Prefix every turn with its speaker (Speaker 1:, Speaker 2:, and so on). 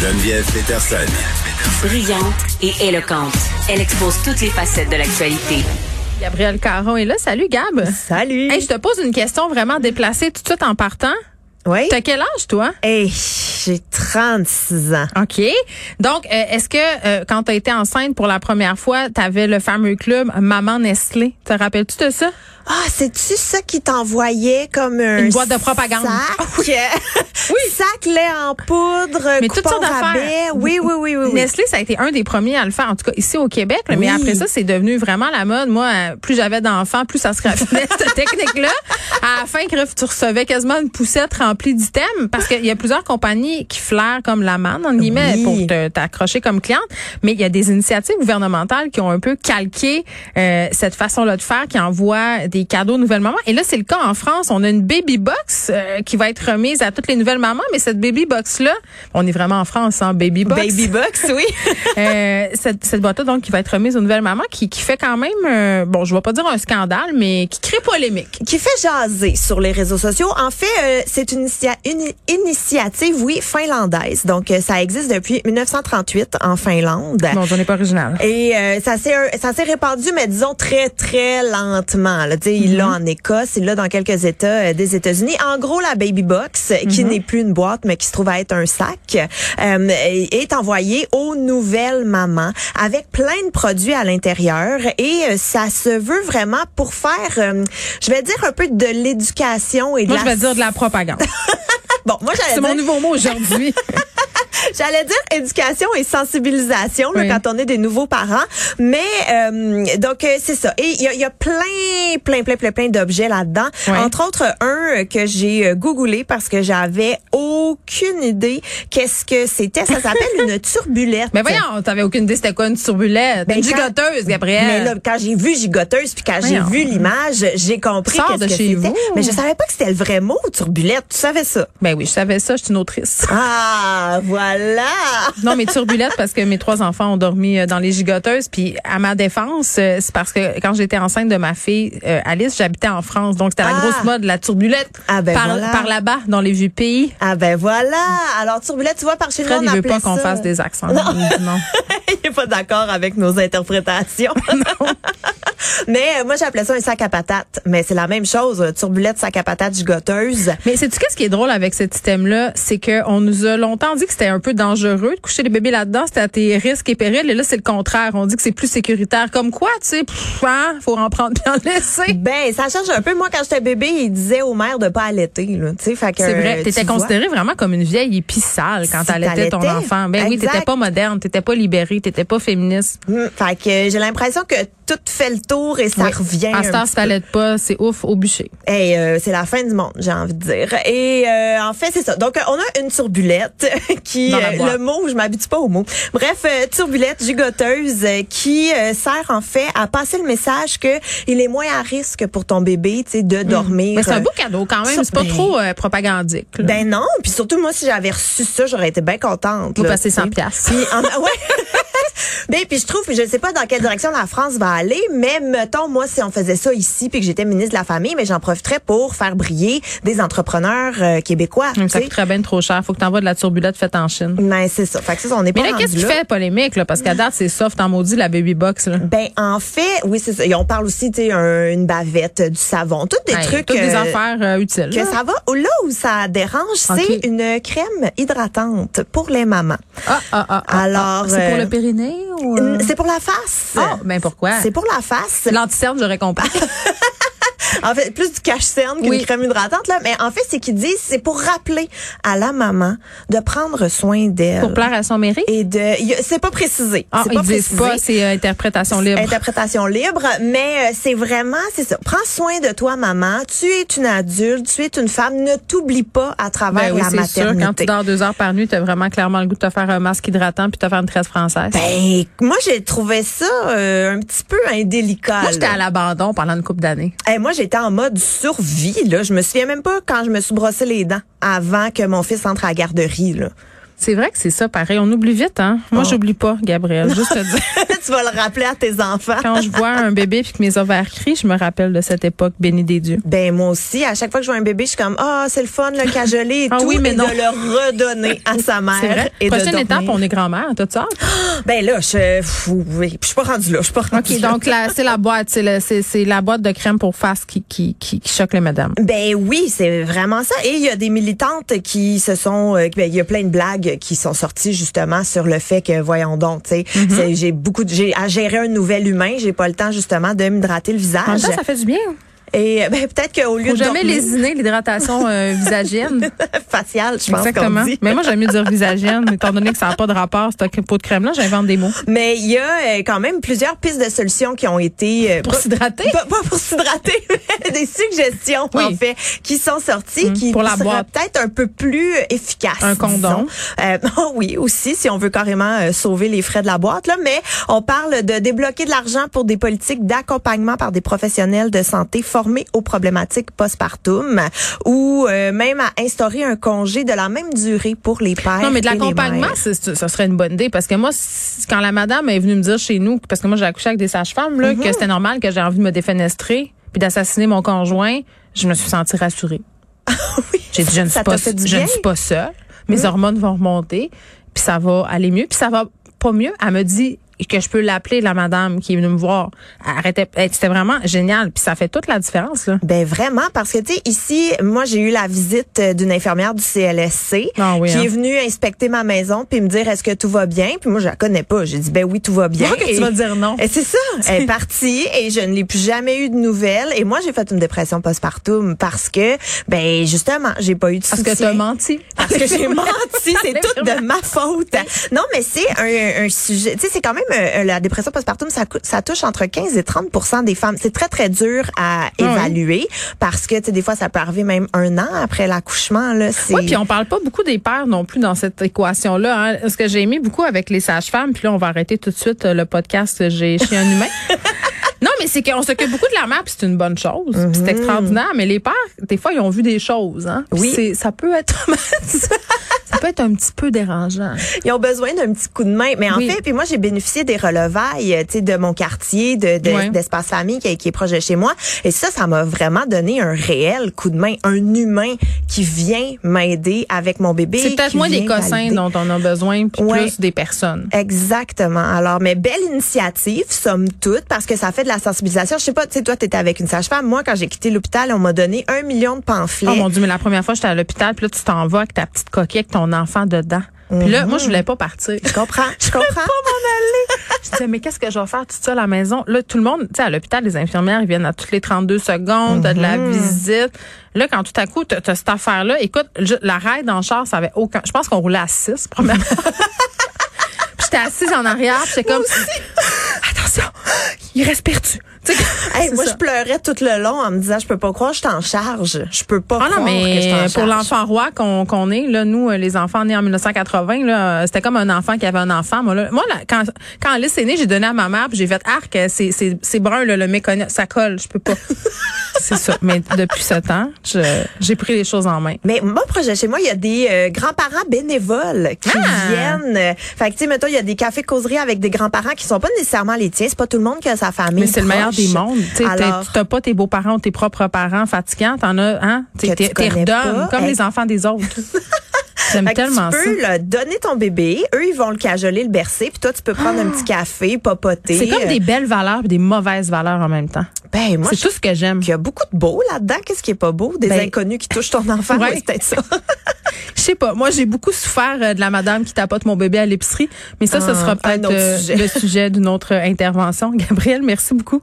Speaker 1: Geneviève Peterson.
Speaker 2: Brillante et éloquente, elle expose toutes les facettes de l'actualité.
Speaker 3: Gabriel Caron est là. Salut, Gab.
Speaker 4: Salut.
Speaker 3: Hey, je te pose une question vraiment déplacée tout de suite en partant.
Speaker 4: Oui.
Speaker 3: T'as quel âge, toi?
Speaker 4: Hey, j'ai 36 ans.
Speaker 3: OK. Donc, euh, est-ce que euh, quand t'as été enceinte pour la première fois, t'avais le fameux club Maman Nestlé? Te rappelles-tu de ça?
Speaker 4: Ah, c'est-tu ça qui t'envoyait comme un
Speaker 3: Une boîte de propagande. Ah
Speaker 4: Sac, oui. sac lait en poudre,
Speaker 3: Mais
Speaker 4: coupon
Speaker 3: toutes sortes d'affaires.
Speaker 4: rabais. Oui, oui, oui, oui. oui.
Speaker 3: Nestlé, ça a été un des premiers à le faire, en tout cas ici au Québec. là, Mais
Speaker 4: Oui.
Speaker 3: après ça, c'est devenu vraiment la mode. Moi, euh, plus j'avais d'enfants, plus ça se raffinait cette technique-là. À la fin, Griff, tu recevais quasiment une poussette remplie d'items parce qu'il y a plusieurs compagnies qui flairent comme la manne, en guillemets,
Speaker 4: Oui.
Speaker 3: pour te- t'accrocher comme cliente. Mais il y a des initiatives gouvernementales qui ont un peu calqué euh, cette façon-là de faire, qui envoient des cadeaux aux nouvelles mamans. Et là, c'est le cas en France. On a une baby box euh, qui va être remise à toutes les nouvelles mamans. Mais cette baby box-là, on est vraiment en France, hein, baby box.
Speaker 4: Baby box, oui.
Speaker 3: Euh, cette, cette boîte-là, donc, qui va être remise aux nouvelles mamans, qui, qui fait quand même, euh, bon, je vais pas dire un scandale, mais qui crée polémique.
Speaker 4: qui fait jaser sur les réseaux sociaux. En fait, euh, c'est une, initia- une initiative, oui, finlandaise. Donc, euh, ça existe depuis 1938 en Finlande.
Speaker 3: Bon, j'en ai pas original.
Speaker 4: Et euh, ça s'est euh, ça s'est répandu, mais disons très très lentement. Là, Tu sais, il l'a
Speaker 3: Mm-hmm.
Speaker 4: en Écosse, il l'a dans quelques États euh, des États-Unis. En gros, la baby box, euh,
Speaker 3: Mm-hmm.
Speaker 4: qui n'est plus une boîte, mais qui se trouve à être un sac, euh, est envoyée aux nouvelles mamans avec plein de produits à l'intérieur. Et euh, ça se veut vraiment pour faire, euh, je vais dire un peu de l'éducation et de
Speaker 3: Moi,
Speaker 4: la.
Speaker 3: je vais dire de la propagande.
Speaker 4: Bon, moi j'allais
Speaker 3: C'est
Speaker 4: dire-
Speaker 3: mon nouveau mot aujourd'hui.
Speaker 4: J'allais dire éducation et sensibilisation là,
Speaker 3: Oui.
Speaker 4: quand on est des nouveaux parents, mais euh, donc euh, c'est ça. Et il y a, il y a plein, plein, plein, plein, plein d'objets là-dedans.
Speaker 3: Ouais.
Speaker 4: Entre autres, un euh, que j'ai euh, googlé parce que j'avais aucune idée qu'est-ce que c'était. Ça s'appelle une turbulette.
Speaker 3: mais voyons, t'avais aucune idée c'était quoi une turbulette.
Speaker 4: Ben,
Speaker 3: une
Speaker 4: quand-
Speaker 3: gigoteuse, Gabrielle.
Speaker 4: Mais là, quand j'ai vu gigoteuse puis quand j'ai
Speaker 3: Voyons.
Speaker 4: vu l'image, j'ai compris
Speaker 3: Sors
Speaker 4: qu'est-ce
Speaker 3: de
Speaker 4: que
Speaker 3: chez
Speaker 4: c'était.
Speaker 3: vous.
Speaker 4: Mais je savais pas que c'était le vrai mot turbulette. Tu savais ça
Speaker 3: Ben oui, je savais ça, je suis une autrice.
Speaker 4: Ah, voilà.
Speaker 3: Non, mais turbulette parce que mes trois enfants ont dormi euh, dans les gigoteuses. Puis à ma défense, euh, c'est parce que quand j'étais enceinte de ma fille euh, Alice, j'habitais en France, donc c'était la
Speaker 4: Ah.
Speaker 3: grosse mode, la turbulette
Speaker 4: Ah, ben
Speaker 3: par,
Speaker 4: voilà.
Speaker 3: par là-bas, dans les vieux pays.
Speaker 4: Ah ben voilà. Alors turbulette, tu vois par chez
Speaker 3: Fred,
Speaker 4: nous
Speaker 3: il
Speaker 4: on
Speaker 3: veut pas
Speaker 4: appelait
Speaker 3: qu'on
Speaker 4: ça-
Speaker 3: fasse des accents.
Speaker 4: Non.
Speaker 3: Il- non.
Speaker 4: il est pas d'accord avec nos interprétations. mais euh, moi j'appelais ça un sac à patates, mais c'est la même chose, euh, turbulette, sac à patates, gigoteuse.
Speaker 3: Mais sais-tu qu'est-ce qui est drôle avec cet item-là? C'est qu'on nous a longtemps dit que c'était un peu dangereux de coucher les bébés là-dedans, c'était à tes risques et périls. Et là, c'est le contraire. On dit que c'est plus sécuritaire. Comme quoi, tu sais, pff, hein, faut en prendre bien laisser.
Speaker 4: Ben ça change un peu. Moi quand j'étais bébé, ils disaient aux mères de pas allaiter, là. Tu sais, fait que
Speaker 3: C'est vrai.
Speaker 4: euh,
Speaker 3: T'étais
Speaker 4: tu vois.
Speaker 3: considérée vraiment comme une vieille épice sale quand
Speaker 4: Si
Speaker 3: t'allaitais ton
Speaker 4: t'allaitais.
Speaker 3: enfant. Ben oui,
Speaker 4: Exact.
Speaker 3: t'étais pas moderne, t'étais pas libérée, t'étais pas féministe.
Speaker 4: Hmm, fait que euh, j'ai l'impression que tout fait le tour et ça
Speaker 3: Oui.
Speaker 4: revient.
Speaker 3: À
Speaker 4: un
Speaker 3: ce temps,
Speaker 4: petit
Speaker 3: si t'allaites pas, c'est ouf au bûcher.
Speaker 4: Hey, euh, c'est la fin du monde, j'ai envie de dire. Et euh, en fait, c'est ça. Donc, euh, on a une turbulette qui,
Speaker 3: Dans la
Speaker 4: euh,
Speaker 3: boîte.
Speaker 4: le mot, je m'habitue pas au mot. Bref, euh, turbulette gigoteuse euh, qui euh, sert en fait à passer le message que il est moins à risque pour ton bébé, tu sais, de dormir.
Speaker 3: Mm. Mais c'est un
Speaker 4: euh,
Speaker 3: beau cadeau quand même.
Speaker 4: ça-
Speaker 3: C'est pas
Speaker 4: ben-
Speaker 3: trop euh, propagandique. là.
Speaker 4: Ben non, puis surtout moi si j'avais reçu ça, j'aurais été bien contente.
Speaker 3: Vous
Speaker 4: là,
Speaker 3: passez
Speaker 4: tu sais.
Speaker 3: 100 piastres.
Speaker 4: Puis en- ouais. Ben, puis je trouve, je sais pas dans quelle direction la France va aller, mais mettons, moi, si on faisait ça ici, puis que j'étais ministre de la Famille, mais j'en profiterais pour faire briller des entrepreneurs euh, québécois. tu
Speaker 3: Ça
Speaker 4: sais.
Speaker 3: coûterait bien trop cher. Faut que t'envoies de la turbulette faite en Chine.
Speaker 4: Ben, c'est ça. Fait que ça, on n'est pas
Speaker 3: Mais là,
Speaker 4: rendu
Speaker 3: qu'est-ce qui fait polémique, là? Parce qu'à date, c'est soft en maudit, la baby box, là.
Speaker 4: Ben, en fait, oui, c'est ça. Et on parle aussi, tu sais, un- une bavette, du savon, tous des
Speaker 3: Hey,
Speaker 4: trucs...
Speaker 3: Toutes des
Speaker 4: euh,
Speaker 3: affaires euh, utiles.
Speaker 4: que
Speaker 3: là.
Speaker 4: ça va, là où ça dérange,
Speaker 3: Ok.
Speaker 4: c'est une crème hydratante pour les mamans.
Speaker 3: Ah, ah, ah, ah,
Speaker 4: Alors,
Speaker 3: ah. C'est pour
Speaker 4: euh,
Speaker 3: le périnée ou. euh?
Speaker 4: C'est pour la face.
Speaker 3: Ah, ben pourquoi?
Speaker 4: C'est pour la face.
Speaker 3: L'anticerne, j'aurais compris.
Speaker 4: En fait, plus du cache-cerne qu'une
Speaker 3: Oui.
Speaker 4: crème hydratante, là. Mais en fait, c'est qu'ils disent, c'est pour rappeler à la maman de prendre soin d'elle.
Speaker 3: pour plaire à son mairie.
Speaker 4: Euh, Et de, y a- c'est pas précisé.
Speaker 3: Ah,
Speaker 4: c'est
Speaker 3: ils
Speaker 4: pas
Speaker 3: disent
Speaker 4: précisé.
Speaker 3: pas, c'est euh, interprétation libre.
Speaker 4: Interprétation libre, mais euh, c'est vraiment, c'est ça. Prends soin de toi, maman. Tu es une adulte, tu es une femme. Ne t'oublie pas à
Speaker 3: Ben
Speaker 4: travers
Speaker 3: oui,
Speaker 4: la
Speaker 3: c'est sûr. Quand tu
Speaker 4: maternité.
Speaker 3: dors deux heures par nuit, t'as vraiment clairement le goût de te faire un masque hydratant puis de te faire une tresse française.
Speaker 4: ben, moi, j'ai trouvé ça euh, un petit peu indélicat.
Speaker 3: Moi, j'étais
Speaker 4: là.
Speaker 3: à l'abandon pendant une couple d'années.
Speaker 4: Hey, moi, j'étais en mode survie. Là. Je me souviens même pas quand je me suis brossé les dents avant que mon fils entre à la garderie. Là.
Speaker 3: C'est vrai que c'est ça, pareil. On oublie vite, hein. Moi,
Speaker 4: Oh.
Speaker 3: j'oublie pas, Gabriel. Juste te dire.
Speaker 4: tu vas le rappeler à tes enfants.
Speaker 3: Quand je vois un bébé puis que mes ovaires crient, je me rappelle de cette époque bénie des dieux.
Speaker 4: Ben moi aussi, à chaque fois que je vois un bébé, je suis comme ah c'est le fun le cajoler et
Speaker 3: Ah
Speaker 4: tout,
Speaker 3: oui, mais
Speaker 4: et
Speaker 3: non.
Speaker 4: de le redonner à sa mère
Speaker 3: C'est vrai.
Speaker 4: et
Speaker 3: Prochaine
Speaker 4: de
Speaker 3: étape,
Speaker 4: dormir.
Speaker 3: on est grand-mère. T'as-tu hâte?
Speaker 4: Ben là, je pff, oui, je suis pas rendue là, je suis pas rendue
Speaker 3: OK,
Speaker 4: là.
Speaker 3: donc là, c'est la boîte. C'est le- c'est- c'est la boîte de crème pour face qui, qui, qui, qui choque les madames.
Speaker 4: Ben oui, c'est vraiment ça. Et il y a des militantes qui se sont, euh, ben, il y a plein de blagues qui sont sorties justement sur le fait que voyons donc, tu sais,
Speaker 3: Mhm.
Speaker 4: c'est- j'ai beaucoup, de- j'ai à gérer un nouvel humain, j'ai pas le temps justement de m'hydrater le
Speaker 3: En même
Speaker 4: visage.
Speaker 3: temps, ça fait du bien.
Speaker 4: Et euh, ben peut-être qu'au lieu
Speaker 3: Faut
Speaker 4: de
Speaker 3: jamais
Speaker 4: Ah, dormir-
Speaker 3: lésiner l'hydratation euh, visagienne.
Speaker 4: faciales, je pense qu'on
Speaker 3: Exactement.
Speaker 4: dit.
Speaker 3: Mais moi, j'aime mieux dire visagienne, étant donné que ça n'a pas de rapport, cette pot de crème-là, j'invente des mots.
Speaker 4: Mais il y a euh, quand même plusieurs pistes de solutions qui ont été euh,
Speaker 3: Pour
Speaker 4: pas-
Speaker 3: s'hydrater?
Speaker 4: Pas, pas pour s'hydrater, mais des suggestions
Speaker 3: Oui. Mm,
Speaker 4: en fait qui sont sorties, qui
Speaker 3: pour la
Speaker 4: seraient
Speaker 3: boîte.
Speaker 4: peut-être un peu plus efficaces.
Speaker 3: Un condom.
Speaker 4: disons. Euh, oh oui, aussi si on veut carrément euh, sauver les frais de la boîte là, mais on parle de débloquer de l'argent pour des politiques d'accompagnement par des professionnels de santé formés aux problématiques postpartum ou euh, même à instaurer un congé de la même durée pour les pères.
Speaker 3: Non, mais de
Speaker 4: et les
Speaker 3: l'accompagnement,
Speaker 4: mères.
Speaker 3: c'est- c'est- ça serait une bonne idée. Parce que moi, c- quand la madame est venue me dire chez nous, parce que moi, j'ai accouché avec des sages-femmes, là,
Speaker 4: Mm-hmm.
Speaker 3: que c'était normal que j'ai envie de me défenestrer puis d'assassiner mon conjoint, je me suis sentie rassurée. J'ai dit, je ne
Speaker 4: Ah Ça
Speaker 3: suis pas,
Speaker 4: t'a fait du
Speaker 3: je ne
Speaker 4: bien? Mm-hmm.
Speaker 3: suis pas seule. Mes hormones vont remonter, puis ça va aller mieux, puis ça va pas mieux. Elle me dit que je peux l'appeler, la madame qui est venue me voir. Elle arrêtait, elle- c'était vraiment génial, puis ça fait toute la différence, là.
Speaker 4: Ben vraiment, parce que tu sais, ici, moi j'ai eu la visite euh, d'une infirmière du CLSC
Speaker 3: Ah oui,
Speaker 4: qui
Speaker 3: hein.
Speaker 4: est venue inspecter ma maison puis me dire est-ce que tout va bien Puis moi je la connais pas, j'ai dit ben oui tout va bien.
Speaker 3: Comment que tu vas dire non?
Speaker 4: Et Eh, c'est ça, elle est partie et je ne l'ai plus jamais eu de nouvelles. Et moi j'ai fait une dépression postpartum parce que ben justement j'ai pas eu de
Speaker 3: Parce que tu
Speaker 4: soutien.
Speaker 3: as menti.
Speaker 4: Parce que j'ai menti, c'est tout de
Speaker 3: Vraiment.
Speaker 4: ma faute. Non, mais c'est un, un sujet. Tu sais, c'est quand même euh, la dépression postpartum, ça, cou- ça touche entre 15 et 30 des femmes. C'est très très dur à
Speaker 3: Ah oui.
Speaker 4: évaluer parce que tu sais, des fois ça peut arriver même un an après l'accouchement là. C'est
Speaker 3: Oui, puis on parle pas beaucoup des pères non plus dans cette équation-là. hein. Ce que j'ai aimé beaucoup avec les sages-femmes, puis là, on va arrêter tout de suite euh, le podcast que j'ai chez un humain. Non, mais c'est qu'on s'occupe beaucoup de la mère, puis c'est une bonne chose, puis c'est extraordinaire. Mais les pères, des fois, ils ont vu des choses. Hein? Puis
Speaker 4: Oui.
Speaker 3: c'est- ça peut être, ça peut être un petit peu dérangeant.
Speaker 4: ils ont besoin d'un petit coup de main. Mais en
Speaker 3: Oui.
Speaker 4: fait, puis moi j'ai bénéficié des relevailles, euh, tu sais, de mon quartier, de, de-
Speaker 3: Ouais.
Speaker 4: d'espace famille qui, est- qui est proche de chez moi. Et ça, ça m'a vraiment donné un réel coup de main, un humain qui vient m'aider avec mon bébé.
Speaker 3: C'est peut-être
Speaker 4: qui
Speaker 3: moins des
Speaker 4: vient
Speaker 3: cossins
Speaker 4: valider.
Speaker 3: dont on a besoin, puis
Speaker 4: Ouais.
Speaker 3: plus des personnes.
Speaker 4: Exactement. Alors, mais belle initiative, somme toute, parce que ça fait de la sensibilisation. Je sais pas, tu sais, toi, t'étais avec une sage-femme. Moi, quand j'ai quitté l'hôpital, on m'a donné un million de pamphlets.
Speaker 3: Oh mon Dieu, mais la première fois, j'étais à l'hôpital, puis là, tu t'en vas avec ta petite coquille, avec ton enfant dedans. Puis là, moi, je voulais pas partir.
Speaker 4: Je comprends, je comprends.
Speaker 3: Je disais, mais qu'est-ce que je vais faire toute seule à la maison? Là, tout le monde, tu sais, à l'hôpital, les infirmières, ils viennent à toutes les 32 secondes, t'as de la
Speaker 4: Mm-hmm.
Speaker 3: visite. Là, quand tout à coup, t'as t'as cette affaire-là, écoute, je- la ride en char, ça avait aucun. Je pense qu'on roulait à 6, premièrement. Puis j'étais assise en arrière, puis j'étais comme. Attention, il respire-tu? Tu sais,
Speaker 4: Hey,
Speaker 3: c'est
Speaker 4: moi,
Speaker 3: ça.
Speaker 4: je pleurais tout le long en me disant, je peux pas croire, que je t'en charge. Je peux pas
Speaker 3: Ah
Speaker 4: croire
Speaker 3: non,
Speaker 4: que je t'en
Speaker 3: mais
Speaker 4: charge.
Speaker 3: pour l'enfant roi qu'on qu'on est, là, nous, euh, les enfants nés en 1980, là, euh, c'était comme un enfant qui avait un enfant. Moi, là, moi là, quand, quand Alice est née, j'ai donné à ma mère, puis j'ai fait arc, euh, c'est c'est- c'est brun, là, le méconnu, ça colle, je peux pas. c'est ça. Mais depuis ce temps, je- j'ai pris les choses en main.
Speaker 4: Mais moi, proche de chez moi, il y a des euh, grands-parents bénévoles qui
Speaker 3: Ah!
Speaker 4: viennent. euh, fait que, tu sais, mettons, il y a des cafés causeries avec des grands-parents qui sont pas nécessairement les tiens. C'est pas tout le monde qui a sa famille.
Speaker 3: Mais c'est le meilleur des
Speaker 4: proche.
Speaker 3: mondes. Tu sais, t'es-
Speaker 4: Alors,
Speaker 3: tu n'as pas tes beaux-parents ou tes propres parents fatigants, t'en as, hein? T'es-
Speaker 4: Que tu
Speaker 3: T'es t'es
Speaker 4: connais
Speaker 3: redonnes,
Speaker 4: pas.
Speaker 3: comme
Speaker 4: Hey.
Speaker 3: les enfants des autres. J'aime
Speaker 4: Fait que
Speaker 3: tellement
Speaker 4: tu
Speaker 3: ça.
Speaker 4: peux là, donner ton bébé, eux ils vont le cajoler, le bercer, puis toi tu peux prendre un petit café, papoter.
Speaker 3: Ah! C'est comme
Speaker 4: Euh,
Speaker 3: des belles valeurs et des mauvaises valeurs en même temps.
Speaker 4: ben moi
Speaker 3: C'est
Speaker 4: je
Speaker 3: tout ce que j'aime.
Speaker 4: trouve qu'il y a beaucoup de beau là-dedans. Qu'est-ce qui est pas beau Des
Speaker 3: Ben,
Speaker 4: inconnus qui touchent ton enfant,
Speaker 3: ouais.
Speaker 4: ouais, c'est peut-être ça.
Speaker 3: Je sais pas. Moi, j'ai beaucoup souffert euh, de la madame qui tapote mon bébé à l'épicerie, mais ça, ce
Speaker 4: Ah,
Speaker 3: sera
Speaker 4: un
Speaker 3: peut-être
Speaker 4: autre
Speaker 3: euh,
Speaker 4: sujet.
Speaker 3: le sujet d'une autre euh, intervention. Gabrielle, merci beaucoup.